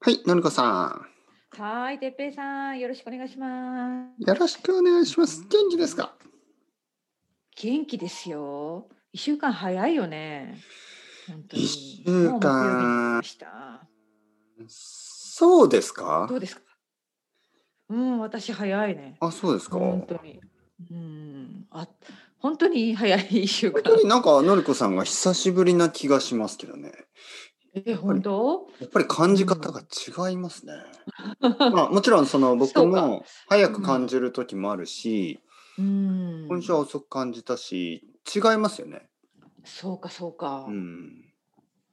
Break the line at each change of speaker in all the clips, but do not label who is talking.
はい、のりこさ
はい、てっぺいさん、よろしくお願いします。
ん、よろしくお願いします。元気ですか
元気ですよ。一週間早いよね。本当に。
一週
もう木曜日になり
間。
ました。
そうです
ど
か
うですか。うん、私早いね。
あ、そうですか。
本当
本
に。うん、あ、本当に早い一週
当
間。
になんか、のりこさんが久しぶりな気がしますけどね。
え、
やっぱ
本
り、
当。
やっぱり感
う
じ方
ん。
が違います ね。まあ、もちろんその僕
そうか。
も早
う
く感
ん。
じる時もあるし、
う
今週は
ん。
遅く感じたし、違いますよね。
そうか、そう
う
か。
ん。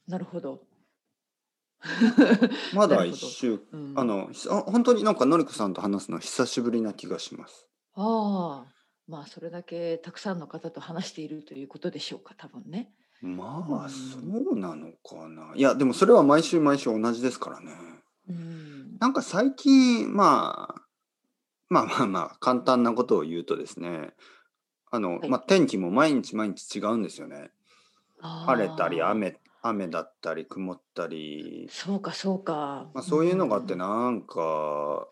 なるほど。
ま
な
だ
る
一
ほど。
週、
う
あ
ん。
の、ひさ本当になんかのりこさんと話すの久しぶりな気がします。
ああ。まあ、それだけたくさんの方と話しているということでしょうか。多分ね。う
まあ、そ
ん。
うなのかな。いや、でもそれは毎週毎週同じですからね。
うん。
なんか最近、まあ、まあまあまあ、簡単なことを言うとですね、あの、
は
まあ、
い。
天気も毎日毎日違うんですよね。晴れたり
ああ。
雨、雨だったり曇ったり、
そうか、そうか。
まあ、
う
そういうのがあって
ん。
なんか、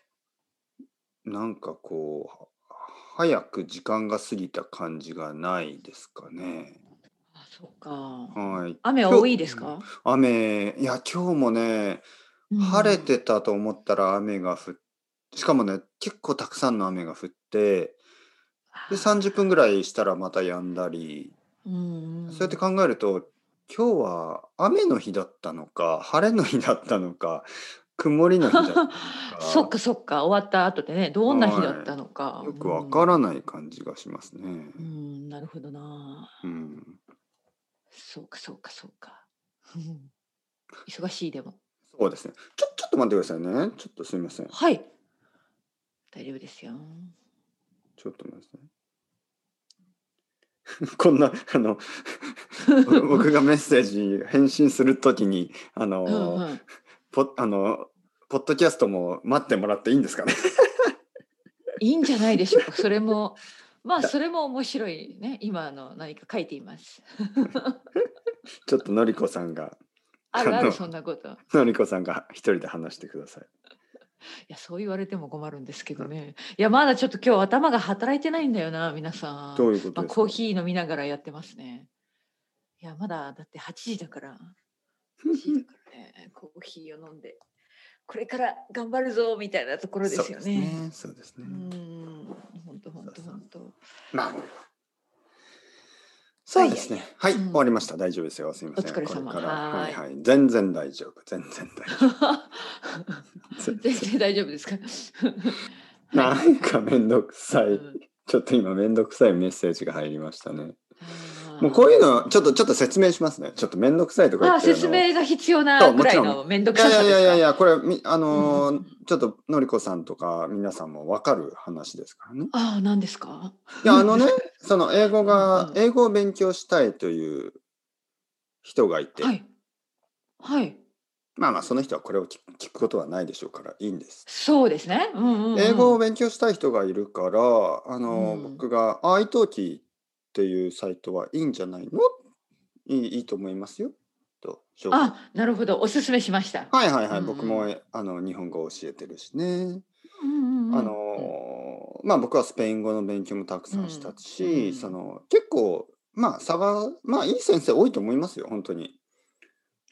なんかこう、は早く時間が過ぎた感じがないですかね。
あ、そうか。
はい。
雨は
今
多
日、
いですか。
雨、いや、今日もね、
う
晴れて
ん。
たと思ったら雨が降っしかもね、結構たくさんの雨が降って、で、30分ぐ
あ
らいしたらまた止んだり、
ーうん
そうやって
うん。
考えると、今日は雨の日だったのか、晴れの日だったのか、曇りの日だったの
そっ
か、
かそっか終わった後でねどんな日だっ
は
たのか
い。よ
う
くわから
ん、
ない感じがしますね。
うんなるほどな
うん。
そうかそうかそうか、うん忙しいでも
そうですね。ちょ、ちょっと待ってくださいね。ちょっとすみません。
はい大丈夫ですよ
ちょっと待ってください。 こんな、あの、僕 僕がメッセージ返信するときに、あ
うん
の、
うん
ポあの、ポッドキャストも待ってもらっていいんですかね。
いいんじゃないでしょうかそれもまあ
いや
それも面白いね今あの何か書いています
ちょっとのりこさんが、
あ
あ
るある
の、
そんなことい
のりこさんが一人で話してください。
やそう言われても困るんですけ
う
ど
ん
ねいやまだちょっと今日頭が働いてないんだよな皆さん、
どういうこと
まあ、
です
コー
か
ヒー飲みながらやってますねいや、まだだって8時だから、8時だからね、 コーヒーを飲んで、これから頑張るぞみたいなところで
そう
す
で
よ
す
ね。
ね。そうですね。
うーん、本当
そ
本
う
当
そう。
本当。
まあ、
あ、
そう
い
で
や
す
いや、
ね。はい、
う
終わりま
ん、
した。大丈夫ですよ。すみま
お
せん。
疲れ
これ
様。
から、は
はいーい。
はい。全然大丈夫。全然大丈夫。全
全
然。
然大丈夫ですか はい
な
はい
ん
は
か
い。
めんどくさ
う
い。
ん、
ちょっと今めんどくさいメッセージが入りましたね。もうこういうの、ちょっ
あ
と、ちょっと説明しますね。ちょっとめんどくさいとか言っ
ーあー、
て、あ
説
の、
明が必要
そ
な
う、
ぐ
も
ら
ち
い
ろん。
の面倒
い
く
や
さ
いやい
さで
や
す
いやい
か
や、これ、みあ
うんうんう
のー
ん。
ちょっとのりこさんとか皆さんもわかる話ですから ね。
ああ、何ですか
いや、あのね、その英語
うんう
が、
ん。
英語を勉強したいという人がい
は
て、
い、はい。
まあまあ、その人はこれを聞聞くことはないでしょうからいいんです。
そうですね。うんう
英
ん
語
う
を
ん。
勉強したい人がいるから、あ
う
の、
ん。
僕が iTalki っていうサイトはいいんじゃないのいいいいと思いますよ。と、紹介。
あ、なるほど。おすすめしました。
はいはいはい。
うんう
僕も、
ん。
えあの、日本語を教えてるしね。
うんうん
あ
うんうん
のーまあ僕はスペイン語の勉強もたく
う
さんした
んう
し、そ
ん。
の、結構、まあ差が、まあいい先生多いと思いますよ、本当に。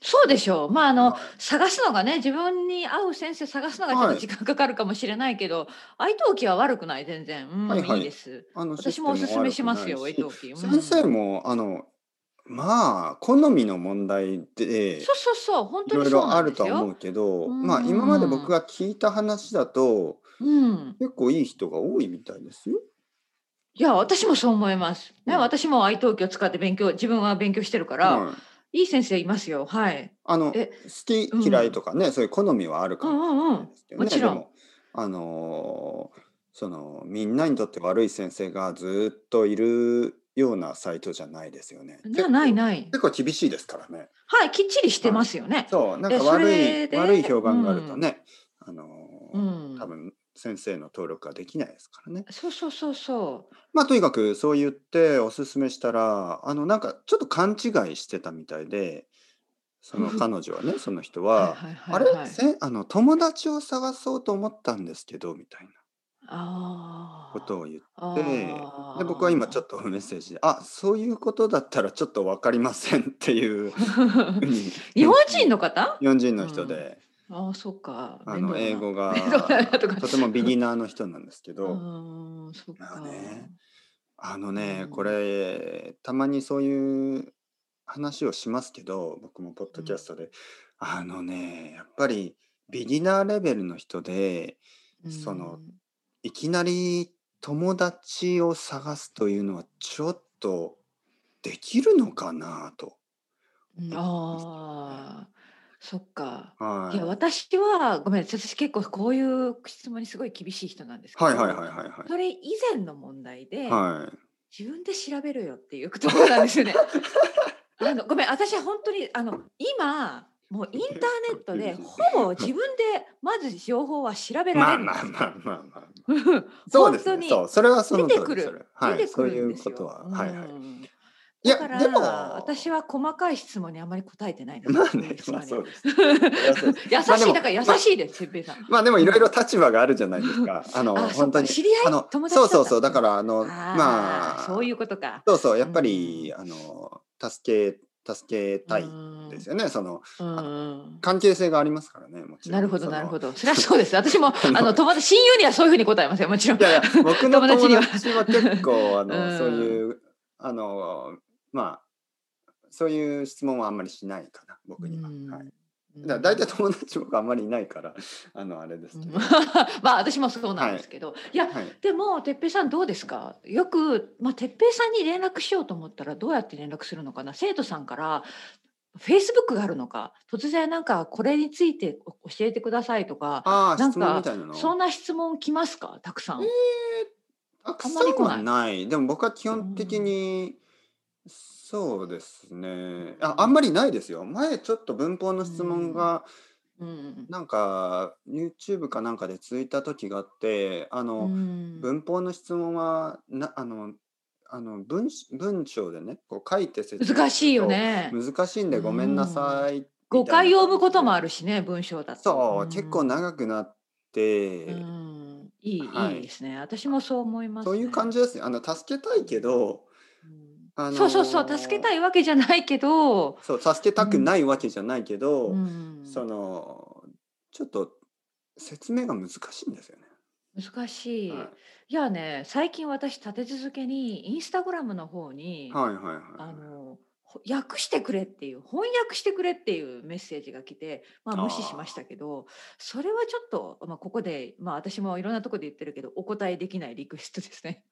そうでしょう。まああの
はい。
探すのがね、自分に合う先生探すのがちょっ
は
と
い。
時間かかるかもしれないけど、愛登記は悪くない全然。
は
う
い
ん、い
はい
で
い。
す。
あのシ
私
ステ
もお
ム
す
も
す
悪
めし
く
ま
な
す
い
よ、愛
し、
登記。う
先生
ん。
も、あの、まあ、好みの問題で、
そうそうそう。本
い
当
ろ
に
い
そう
ろあ
なん
る
で
と
す
は思
よ。
うけ
う
ど、まあ今まで
んう
僕
ん。
が聞いた話だと、
うん。
結構いい人が多いみたいですよ。
いや、私もそう思います。ね、
はい。
私も愛登記を使って勉強、自分は勉強してるから、
はい。
いい先生いますよ。はい。
あの、
え、
好
う
き嫌い
ん。
とかね、そういう好みはある
う
かも
ん
しれない
うんうん。
ですけど
も
ね、
ち
で
ろん。
も、あのーその、みんなにとって悪い先生がずっといるようなサイトじゃないですよね。
な
結
ない
構、
ない。
結構厳しいですからね。
はい、きっちりして
は
ま
い。
すよね。
そう、なん
で、
か
そ
悪い、
れ
悪い
で、
評
う
判があると
ん、
ね、あの
う
ー多
ん。
分先生の登録ができないですからね。
そうそうそうそう。
まあ、とにかくそう言っておすすめしたら、あの、なんかちょっと勘違いしてたみたいで、そ の彼女はね、その人
はい
は、
は
あ
いはいは
れ
い。
せあの友達を探そうと思ったんですけどみたいな
あ
ことを言って
あ。
で僕は今ちょ
っ
っとメッセージで「あそういうことだったらちょっと分かりません」っていうふうに
日本人の方
日本人の人で、
ああ、そうか。
あの英語 が
面倒だなとか
とてもビギナーの人なんですけ
う
ど、
ん、そっ
まあ
か。
ねあのね、
うん
これたまにそういう話をしますけど僕もポッドキャストで、あのねやっぱりビギナーレベルの人で
うん
そのいきなり友達を探すというのはちょっとできるのかなと。
うんああ、そっか。
はい
や、私は、ごめん、私結構こういう質問にすごい厳しい人なんですけど。
はいはいはいはいは
それ以前の問題で、
い。はい。
自分で調べるよっていうところなんです よね。あのごめん私は本当にあの今もうインターネットでほぼ自分でまず情報は調べ
ま
ら
あ
れるん
ま
で
あ
す
まあまあまあ。
よ。
そうです
本
ね。
当に
そう、それはその
出
通り
てく
ですそれ
る、
は
出
い、
てく
そう
るんで
い
すよ
うことは、はいはい。
うん
いや
だから
でも
私は細かい質問にあまり答えてないです。
まあね、
質
ま
問
あ
に
そうです。 まあでも
優しいだから優しいです、せっぺいさん。
まあでもいろいろ立場があるじゃないです か。あの
あ
本当に
そうか知り合い
あの
友達
そ
だっ
う
た
そうそうだからあの
あー
まあ
そういうことか。
そうそうやっぱり、あの助け助けたいですよね。その
うんうん
関係性がありますからね。もちろん
なるほ
そ
ど
の
なるほど。それはそうです。私もあの友達親友にはそういうふうに答えません。もちろん。
い やいや僕の
友達
友
には
達は結構あの、
うん
そういうあのまあそういう質問はあんまりしないかな僕には。はい。
うん
だから大体友達僕あんまりいないから あのあれですけど。
うん まあ私もそうなんですけど、い、や
はい。
でも哲平さんどうですかよく、まあ、哲平さんに連絡しようと思ったらどうやって連絡するのかな生徒さんからフェイスブックがあるのか突然なんかこれについて教えてくださいとか
ああ
なん
質問み
か
たいなの。
そんな質問来ますかたくさん。
たく
あん
さ
まり
ん
来ない
はない。でも僕は基本的に、そうですねあ。あんまりないですよ。前ちょっと文法の質問が、
うん
なんか YouTube かなんかで続いた時があって、あ
う
の、
ん
文法の質問はなあのあの文し文章でね、こう書いて説明すると
難しいよ。ね。
難しいんでごめんなさいみたいな。
誤解を生むこともあ
る。
るしね文章だと。
そう、
ん
結構長くなって、
うんいい、
はい
い、いですね。私もそう思います、
そう
ね。
いう感じですね。あの助けたいけど、
うん
あの
そうそうそう助けたいわけじゃないけど、
そう助けたくないわけじゃないけど、
うん、
そのちょっと説明が難しいんですよね。
難しい、
はい
い、やね最近私立て続けにインスタグラムの方に、
はいはいはい。
あのほ訳してくれっていう翻訳してくれっていうメッセージが来て、まあ、
あー
無視しましたけどそれはちょっと、まあ、ここで、まあ、私もいろんなとこで言ってるけどお答えできないリクエストですね。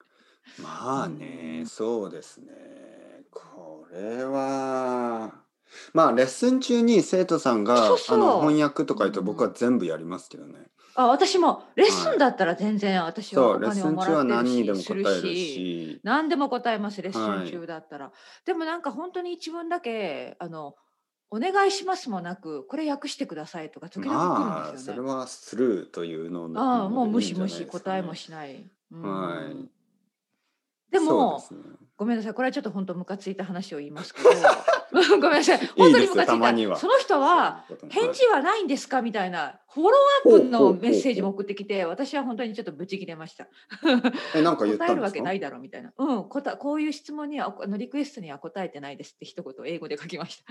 まあね、
うん
そうですね。これはまあレッスン中に生徒さんが
そうそう
あの翻訳とか言うと
うん
僕は全部やりますけどね。
あ私もレッスンだったら全然私は
そ
お
うレッ
金
ス
を
ン
も
中
ら
は
ってる
何
し,、
にでも
す
答
る
える
し
し。
何でも答えますレッス
は
ン
い
中だったら、でもなんか本当に一文だけあのお願いしますもなくこれ訳してくださいとか時々来
ま
るん
あ
です
それ
よね。
はスルーというのの
ああもう無
いい
視
んじゃ
無
ない
視
ですかね
答えもしない。うん
はい
でも
そうですね
ごめんなさいこれはちょっと本当ムカついた話を言います けどごめんなさい本当にムカつ
たまに
いた
は
その人は
そういうことも
返事はないんですかみたいなフォローアップのメッセージも送ってきて私は本当にちょっとブチ切れました
え、なんか言ったんですか
答えるわけないだろうみたいなうんこたこういう質問にはあのリクエストには答えてないですって一言英語で書きまし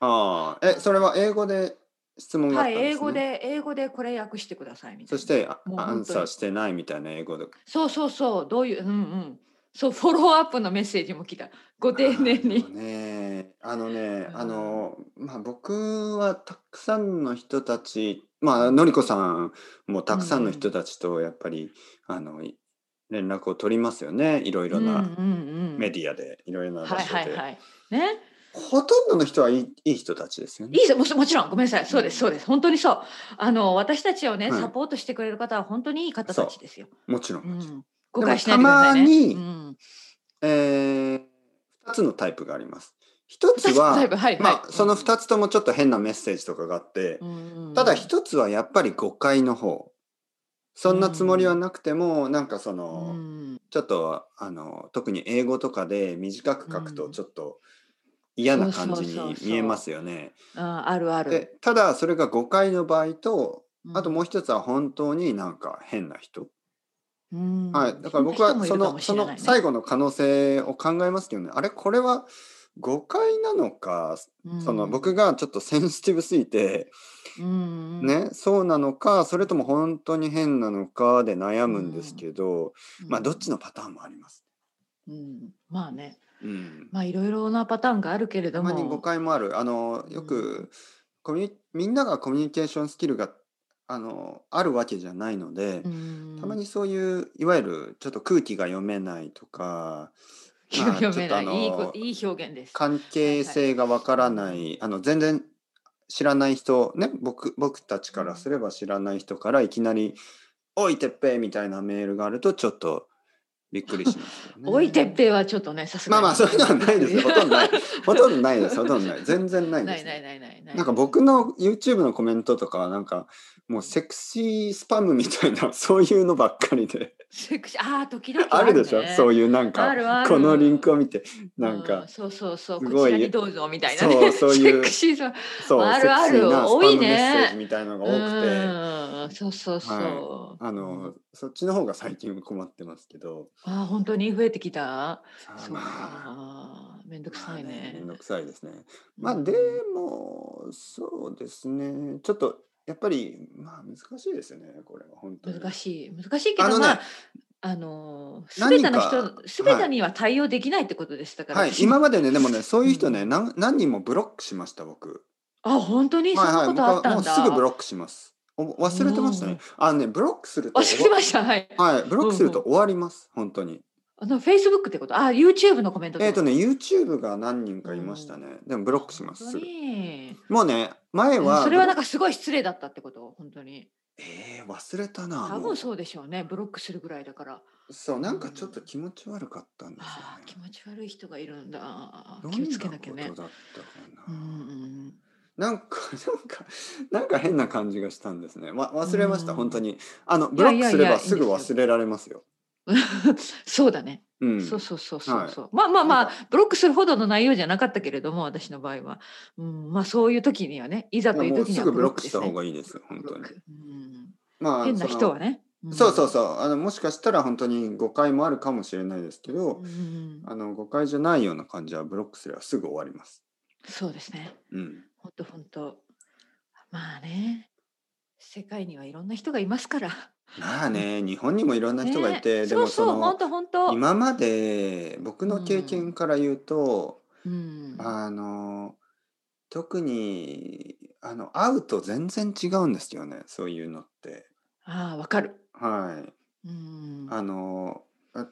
ああ、え、それは英語で質問
た
があっ
は
たん
い
です、ね、
英語。で英語でこれ訳してくださいみた
そ
いな
して、あ
もう本
ア
当に
ンサーしてないみたいな英語で。
そうそうそうどういううんうんそうフォローアップのメッセージも来たご丁寧
あの
に
ね、あのね、
うん
あの、まあ、僕はたくさんの人たち、まあ、のりこさんもたくさんの人たちとやっぱり、あの、い連絡を取りますよね。いろいろなメ
メ
ディアで、いろいろな場
はい
所
はい
で。
はいね
ほとんどの人はいいいい人たちですよね。
いいですもちもちろんごめんなさいそうですそうです本当にそうあの私たちをね、
はい
サポートしてくれる方は本当にいい方たちですよ、
もちろ。
うんん、誤解しないでください
でも
ね
た
う
ま
ん、
えー、2つのタイプがあります。一つ
私
は、
だいぶはいはい、
まあ、その2つともちょっと変なメッセージとかがあって、
うん
ただ一つはやっぱり誤解の方。そんなつもりはなくても、なんかそうの、
ん
ちょっと、あの、特に英語とかで短く書くと、
うん
ちょっと、嫌な感じ
そうそう
に
そうそう
見えますよね。
ああるある。
でただそれが誤解の場合と
うん
あともう一つは本当になんか変な人、
うん
はい、だから僕はそのそ
んな人もいるかもしれない
の
ね
最後の可能性を考えますけどねあれこれは誤解なのか、その僕がちょっとセンシティブすぎて、
うんうん
ねそうなのかそれとも本当に変なのかで悩むんですけど、
うん
まあどっちのパターンもあります。
うん、まあね
うん、
まあいろいろなパターンがあるけれ
た
ども
まに誤解もあるあのよ
う
くコミュニみんながコミュニケーションスキルがあのあるわけじゃないので、
うん
たま にそういういわゆるちょっと空気が読めないとか
気が読めない、
まあ
いい
ちょっとあ
こ
の
いい表現です。
関係性がわからない、あの全然知らない人ね僕僕たちからすれば知らない人からいきなり「おいてっぺい」みたいなメールがあるとちょっとびっくりしますよね。
おいてっぺいはちょっとねさす
ま
が
あ
に
まあそういうのはない ですよほとんどないほとんどないですほとんどない全然ないで
な
す、
いな
ね。
いないないい
なんか僕の YouTube のコメントとかはなんかもうセクシースパムみたいなそういうのばっかりで
セクシーああ時々
あるでしょ、そう
う
いうなんか
あるある
このリンクを見てなんか、
うそうそうそう
すごい
こちらにどうぞみたいなね
そうそういう
セクシーさ
そう
あるあ
セ
る
クシーなスパ
多い
ム
ね
メッセージみたいのが多くて、
うんそうそうそう、
あのそっちの方が最近困ってますけど
ああ本当に増えてきた
あ
そうかめんどくさい
まあ
ね
めんどくさいですね。まあでもそうですねちょっとやっぱりまあ難しいですよねこれは本当に。
難
い
しい難しいけど
あのね
まああのす
何
べて
か
の人すべてには対応できないってことでしたから、
はい、
私も
今までねでもね そういう人ね、
う
なん何人もブロックしました僕。
あ本当にそんなことあっ
僕は
た
も
ん
う
だ、
すぐブロックします。お忘れてました
うん
ね。あのねブロックすると
あ知りましたはい
はいブロックすると終わります本当に。
あのフェイスブックってことあ YouTube のコメント
えっ、とね YouTube が何人かいましたね。でもブ
ブ
ロックしますすぐ
本当。に
もうね前は
それはなんかすごい失礼だったってこと本当に
えー、忘れたな
多
もう
分そうでしょうねブロックするぐらいだから
そうなんかちょっと気持ち悪かったんです
あー気
よね
持ち悪い人がいるんだ
どんな
気をつけなきゃね
ことだったか
う
な、
んうん
なんか なんかなんか変な感じがしたんですね、わ忘れました、
うん
本当にあの
い
ブ
や
ロ
い
ッ
や
ク
いや
すればす
い
ぐ
いんです
忘れられますよ
うん そうだね
うん
そうそうそうそうそう、
は
まあまあま
な
あブロックするほどの内容じゃなかったけれども私の場合は、うん、まあそういう時にはねいざと
い
い
や
う
もう
時に
す
は
ぐブロックした
ブ
方
ロ
がいいですよ本当
ッ
に
クですね
ま
うん、
あ
変な人はね
そのそうそうそうあのもしかしたら本当に誤解もあるかもしれないですけど、
うん、うん
あの誤解じゃないような感じはブロックすればすぐ終わります
そうですね
うん
ほんとほんとまあね世界にはいろんな人がいますから
まあね日本にもいろんな人がいて、
ね
でも
そ
そうの
そうほんとほんと、
今まで僕の経験から言うと、
うん、
あの特にあの会うと全然違うんですよねそういうのって。
あーわかる、
はい、
うん
あのあ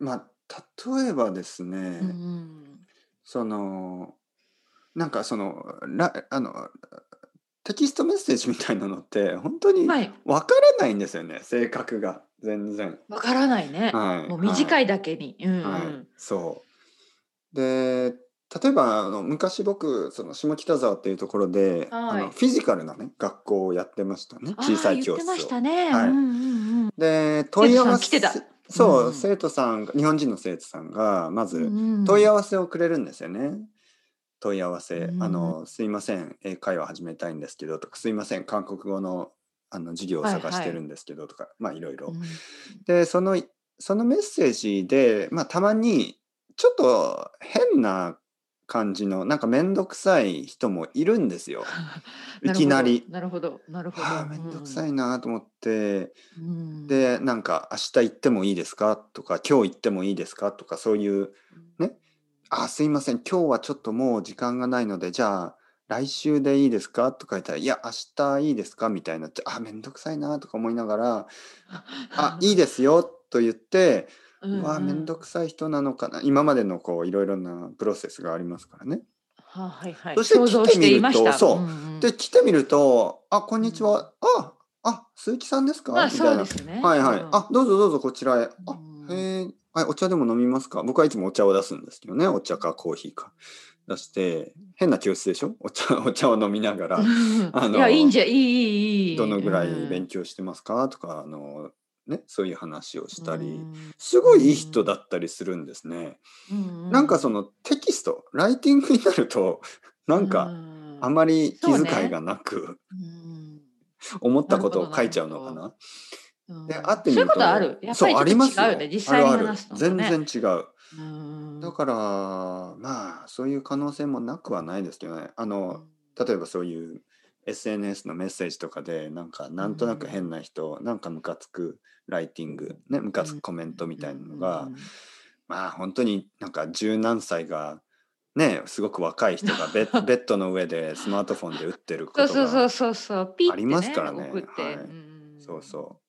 まあ例えばですね、
うん
そのなんかそのらあのテキストメッセージみたいなのって本当
う
に
ん、
わ
はい
からないんですよね、性格が全然。
わからないね、
はい、
もう
は
短
い
いだけに、うん、
は
うん
い、そうで例えばあの昔僕その下北沢っていうところで、
はい
あのフィジカルなね学校をやってましたね
あ
小
ー
さい教室
言ってました
を。
ね。
はい
うんうん
で問い合わせ
生徒さん来て
そう、
うん
生徒さんが日本人の生徒さんがま
うん
ず
うんうん
問い合わせをくれるんですよね。問い合わせ、
うん
あの「すいません英会話始めたいんですけど」とか「すいません韓国語のあの授業を探してるんですけど」とか、まあいろいろ。
うん
でそのそのメッセージで、まあ、たまにちょっと変な感じのなんか面倒くさい人もいるんですよ。いきなり。
なるほど、なるほど。
はあ面倒くさ
い。
いなと思って、
うん、
でなんか「明日行ってもいいですか?」とか「今日行ってもいいですか?」とかそういうね「あすいません今日はちょっともう時間がないのでじゃあ来週でいいですか?」とか言ったら「いや明日いいですか?」みたいになって「あ面倒くさいな」とか思いながら「 あいいですよ」と言って
うん、
うわあめんどくさい人なのかな今までのこういろいろなプロセスがありますからね。
はあはいはい。
そして
想像していました
来てみるとそうん
ん
で来てみると「あこんにちは」ああ鈴木さんですか?」
まあ
みた
そ
いうな
で。すね。
はいはい、
うん
あどうぞどうぞこちらへ。あ
うん
へえはい、お茶でも飲みますか僕はいつもお茶を出すんですけどねお茶かコーヒーか出して変な教室でしょお茶 お茶を飲みながら
うん
あの
いやいいんじゃいいいいいい。
どのぐらい勉
強、
強してますかとかあのねそういう話をしたり、
うん
すごいいい人だったりするんですね。
うん
なんかそのテキストライティングになると なんかあ
ま
まり気遣いがなく、 思ったことを書いちゃうのか
なるほ
な。
で
で会ってみると
そういうことあるやっぱ
そう
り
あり
ちょ
ま
っ
す
と違うよね実際に話すと
あるある全然違う。
然
だからまあそういう可能性もなくはないですけどねあの例えばそういう SNS のメッセージとかでなんかなんとなく変な人、なんかムカつくライティングねムカつくコメントみたいなのが、まあ本当になんか十何歳がねすごく若い人 がベッベッドの上でスマートフォンで打ってるこ
そ
と
う
が
そうそうそうそうピッて、ね、
ありますからね
送って、
はい
ん
そうそ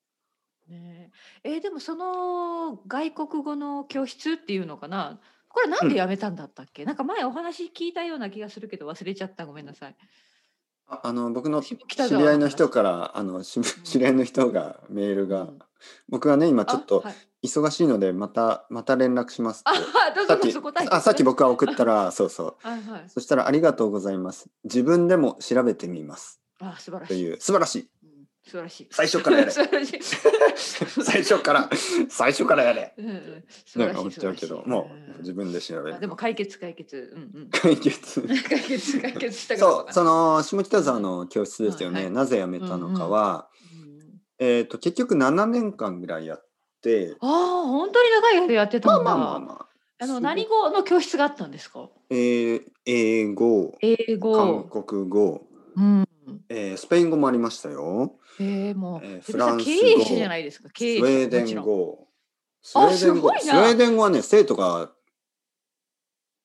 う
ねええーでもその外国語の教室っていうのかなこれなんでやめたんだったっけ、なんか前お話聞いたような気がするけど忘れちゃったごめんなさい。
ああの僕の知
し北
り
沢の
合
話
いの人からあのし知り合いの人がメールが、
うん
僕はね今ちょっと
あはい、
忙しいのでまたまた連絡しますって
あどう
さ
ぞ
っ
どう
き
ぞ答えてください
あさっき僕が送ったらそうそう
はいはい
そしたら「ありがとうございます自分でも調べてみます
あ素晴」ら
と
しい、
いう素晴らしい
うん素晴らしい
最初からやれ
素晴 らしい
最初から最初からやれ
うんうん素
ね
晴らしい
思っちゃうけ
素晴
ど
らしい
も
ん
う自分で調べ
あで
る
も解決解決 うん
解 決
うん解決解決したから
そうその下北沢の教室ですよね、
はいはい
なぜ辞めたのかは、
うん
えー、と結局7年間ぐらいやって
ああ本当に長い間やって
ま
た
あ
んだ。
まあまあまあ
あ
すご
の
い
何語の教室があったんですか。
えー英語
英
韓
語。
国語、
うん。
えースペイン語もありましたよ
えー、もう、
えー
で
フランス語
経営者じゃないですか。
スウ
経営者。
ェーデ
もち
ン
ろん。
語。スウェ
あ
ーデン語。ス
す
ウ
ごいな
ェーデン語はね、生徒が、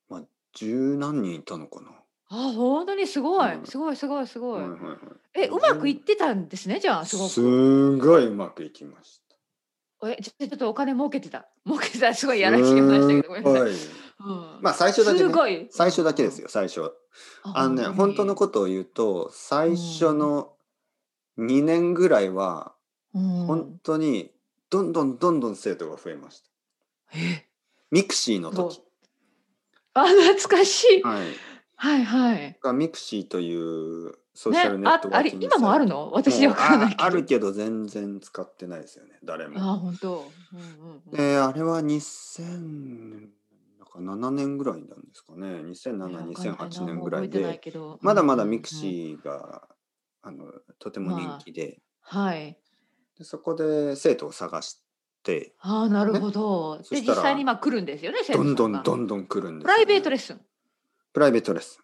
まあ、十何人いたのかな。
あ、本当にすごい
うん、
すごい、すごい、すごい。
はいはいはい
え、うまくいってたんですね、じゃあ、すご
す
く。
んごいうまくいきました。
え、じゃあ、ちょっとお金儲けてた。儲けてた、すごいやらしい話だけど、ごめんなさい。
はい。
うん
まあ、最初だけ、
す
ね。
ごい。
最初だけですよ、最初。
うん。
あのね、本当のことを言うと、最初の2年ぐらいは、
と。うん
本当に、どんどんどんどん生徒が増えました。
え、
ミクシーの時
そ。あ、懐かしい。
はい。
はい、はい。
がミクシーというソーシャル
ね、
ネッ
あ
ト、ワ
あ
ー
り
キン、グサイト
今もあるの、私わからないけ
あ
ど。
あるけど全然使ってないですよね誰も。
あ本当。うんうんうん、
であれは2000なんか7年ぐらいなんですかね20072008年ぐらいでまだまだミク
ー。
シーがあのとても人気で,、
はい。
でそこで生徒を探して
ああなるほど。
そ
で
した
実
ら
際にまあ来るんですよね。
どんどんど
ん。
んどん来るんです
プ
よね、
ライベートレッスン。
プライベートレッスン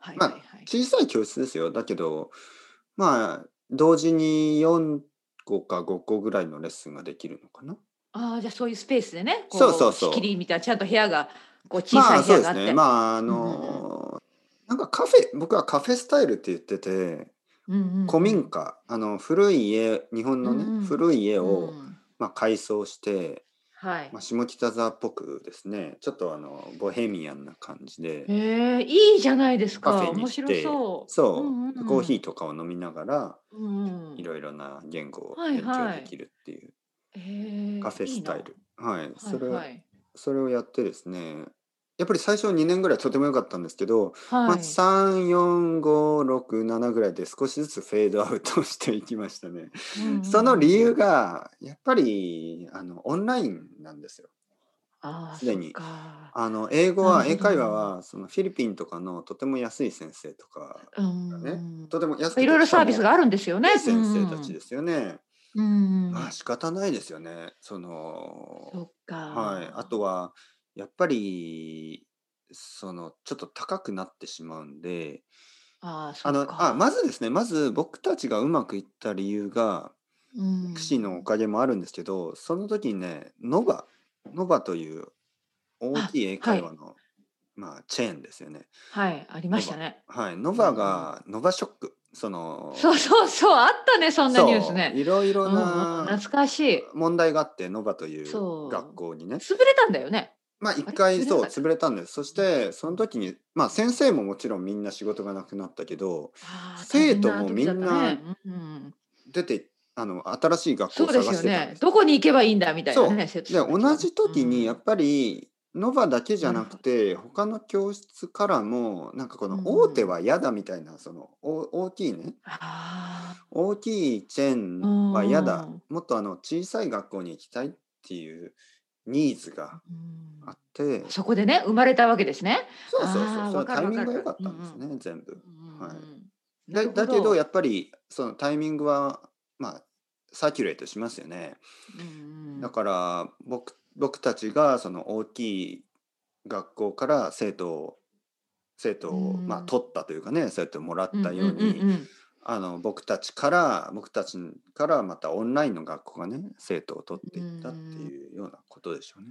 はい
ま
は
あ
いはい。
小さい教室ですよだけどまあ同時に4個か5個ぐらいのレッスンができるのかな
ああじゃあそういうスペースでね。こ
そうそうそう
仕切りみたいなちゃんと部屋がこう小さい部屋があっ
まあ、そう
て。
ですね。まあ、あ
うん
のーなんかカフェ、僕はカフェスタイルって言ってて、
うんうん
古民家、あの、古い家、日本のね、
うんうん
古い家
う
を、
ん
まあ、改装して、
はい
まあ、。下北沢っぽくですね、ちょっとあの、ボヘミアンな感じで、
ええいいじゃないです
カフ
か。
ェに
面
し
白
て、
そう。
そう、
うんうんうん
コーヒーとかを飲みながら、
うんうん
い。ろいろな言語を
はい
勉強
はい
できるっていう、
ええ
カフェスタイル。。はい、
いいな
それを、
はい
それをやってですね、やっぱり最初2年ぐらいとても良かったんですけど、
はい。
ま
は
あ、
い。
34567ぐらいで少しずつフェードアウトしていきましたね。
うんうん
その理由がやっぱりあのオンラインなんですよ。
ああ
すでに
そっか
あの英語は
なる
英
ほど
会話はそのフィリピンとかのとても安い先生とか
うん
ねとても安くて
いろいろサービスがあるんですよね。
いい先生たちですよね。
うん。うん
まあ仕方ないですよね。その
そっか。
はい、あとはやっぱりそのちょっと高くなってしまうんで。
ああ、
あ
そ
の
っか。
あまずですねまず僕たちがうまくいった理由が
うん、
ミクシーのおかげもあるんですけど、その時にねノバノバという大きい英会話の、まあ、チェーンですよね。
はい、ありましたね。
はい、ノバが、ノバショックその
そうそうそう、あったね、そんなニュース
そう
ね。
いろいろ
うんうん
な
懐かしい。
問題があってノバという
そう
学校にね
潰れたんだよね。
まあ一回
潰れな
そう
かった
潰れたんですそしてその時にまあ先生ももちろんみんな仕事がなくなったけど
ああ
生徒もみんな
大変時だったねうんうん
出てあの新しい学校
そ
を
う
探
で
して
す
た
よ
んです
ね。どこに行けばいいんだみたいなね、生徒
で
さんたちは
同じ時にやっぱり、ノバだけじゃなくて他の教室からもなんかこの大手は嫌だみたいな、そのお大きいね
あ
大きいチェーンは嫌だ、もっとあの小さい学校に行きたいっていうニーズが
ーうん
あって
そこでね生まれたわけですね。
そうそう
あ
そ
ー
うその
わか
タイミ
るわか
ングが
る
良かったんですね、全部。はい
い
だだけどやっぱりそのタイミングはまあサーキュレートしますよね。だから僕僕たちがその大きい学校から生徒を生徒を、
うん
まあ、取ったというかね生徒をもらったように、
に
あの僕たちから僕たちからまたオンラインの学校がね生徒を取っていったっていうようなことでしょうね。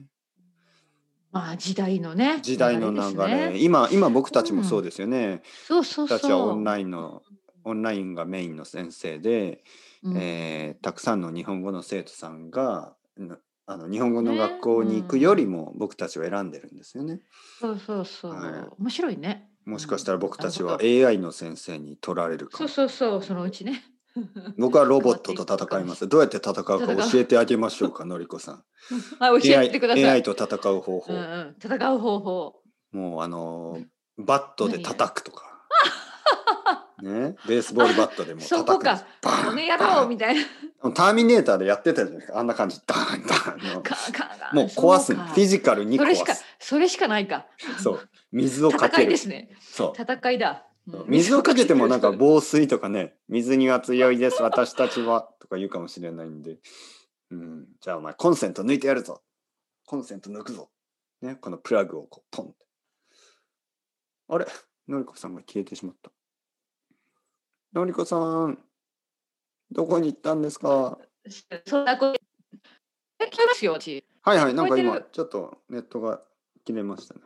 まあ時代のね
時代の流
です
れ
ね
今今僕たちもそうですよね、
そうそう
僕
そう
たちはオンラインのオンラインがメインの先生で、
うん
えーたくさんの日本語の生徒さんがなあの日本語の学校に行くよりも僕たちを選んでるんですよね。
そうそうそう、
は
面白いね。
もしかしたら僕たち
な
は
るほ
AI の先生に取られる
ど
か
そう
も。
そうそうそのうちね。
僕はロボットと戦います。どうやって戦うか教えてあげましょうか、のりこさん。
あ教え
AI,
てください。
AI と戦う方法
う。んうん、戦う方法。
もうあのーバットで叩くとか。 ね、ベースボールバットでもう
そ
叩
こ
くんです
か。
バーン
この野郎みたいな。
ターミネーターでやってたじゃないですか。あんな感じ。ダーンダーンの。
ガンガンガン
もう壊す
そ
の。
か
フィジカルに
そ
壊
れしか
す。
それしかないか。
そう。水をか
戦
け
いで
る。
すね。
そう。
戦いだ。うん
水をかけてもなんか防水とかね、水には強いです、私たちは、とか言うかもしれないんで。うん。じゃあお前、コンセント抜いてやるぞ。コンセント抜くぞ。ね、このプラグをこう、ポンって。あれのりこさんが消えてしまった。のりこさん、どこに行ったんですか
そんなこと。え聞こえますよ私。
はいはい、なんか
聞こえ
今、
て
ちょっとネットが切れましたね。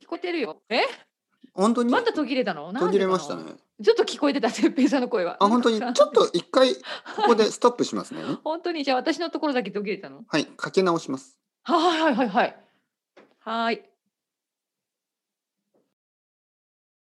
聞こえてるよ。え
本当に
また途切れたの？なん
途切
でか
れ
な
ましたね。。
ちょっと聞こえてた哲平さんの声は。
あ、本当に、ち
な
ょ
ん
っ
か
と一回、ここでストップしますね。
本当にじゃあ私のところだけ途切れたの。
はい、かけ直します。
はいはいはいはい。はい。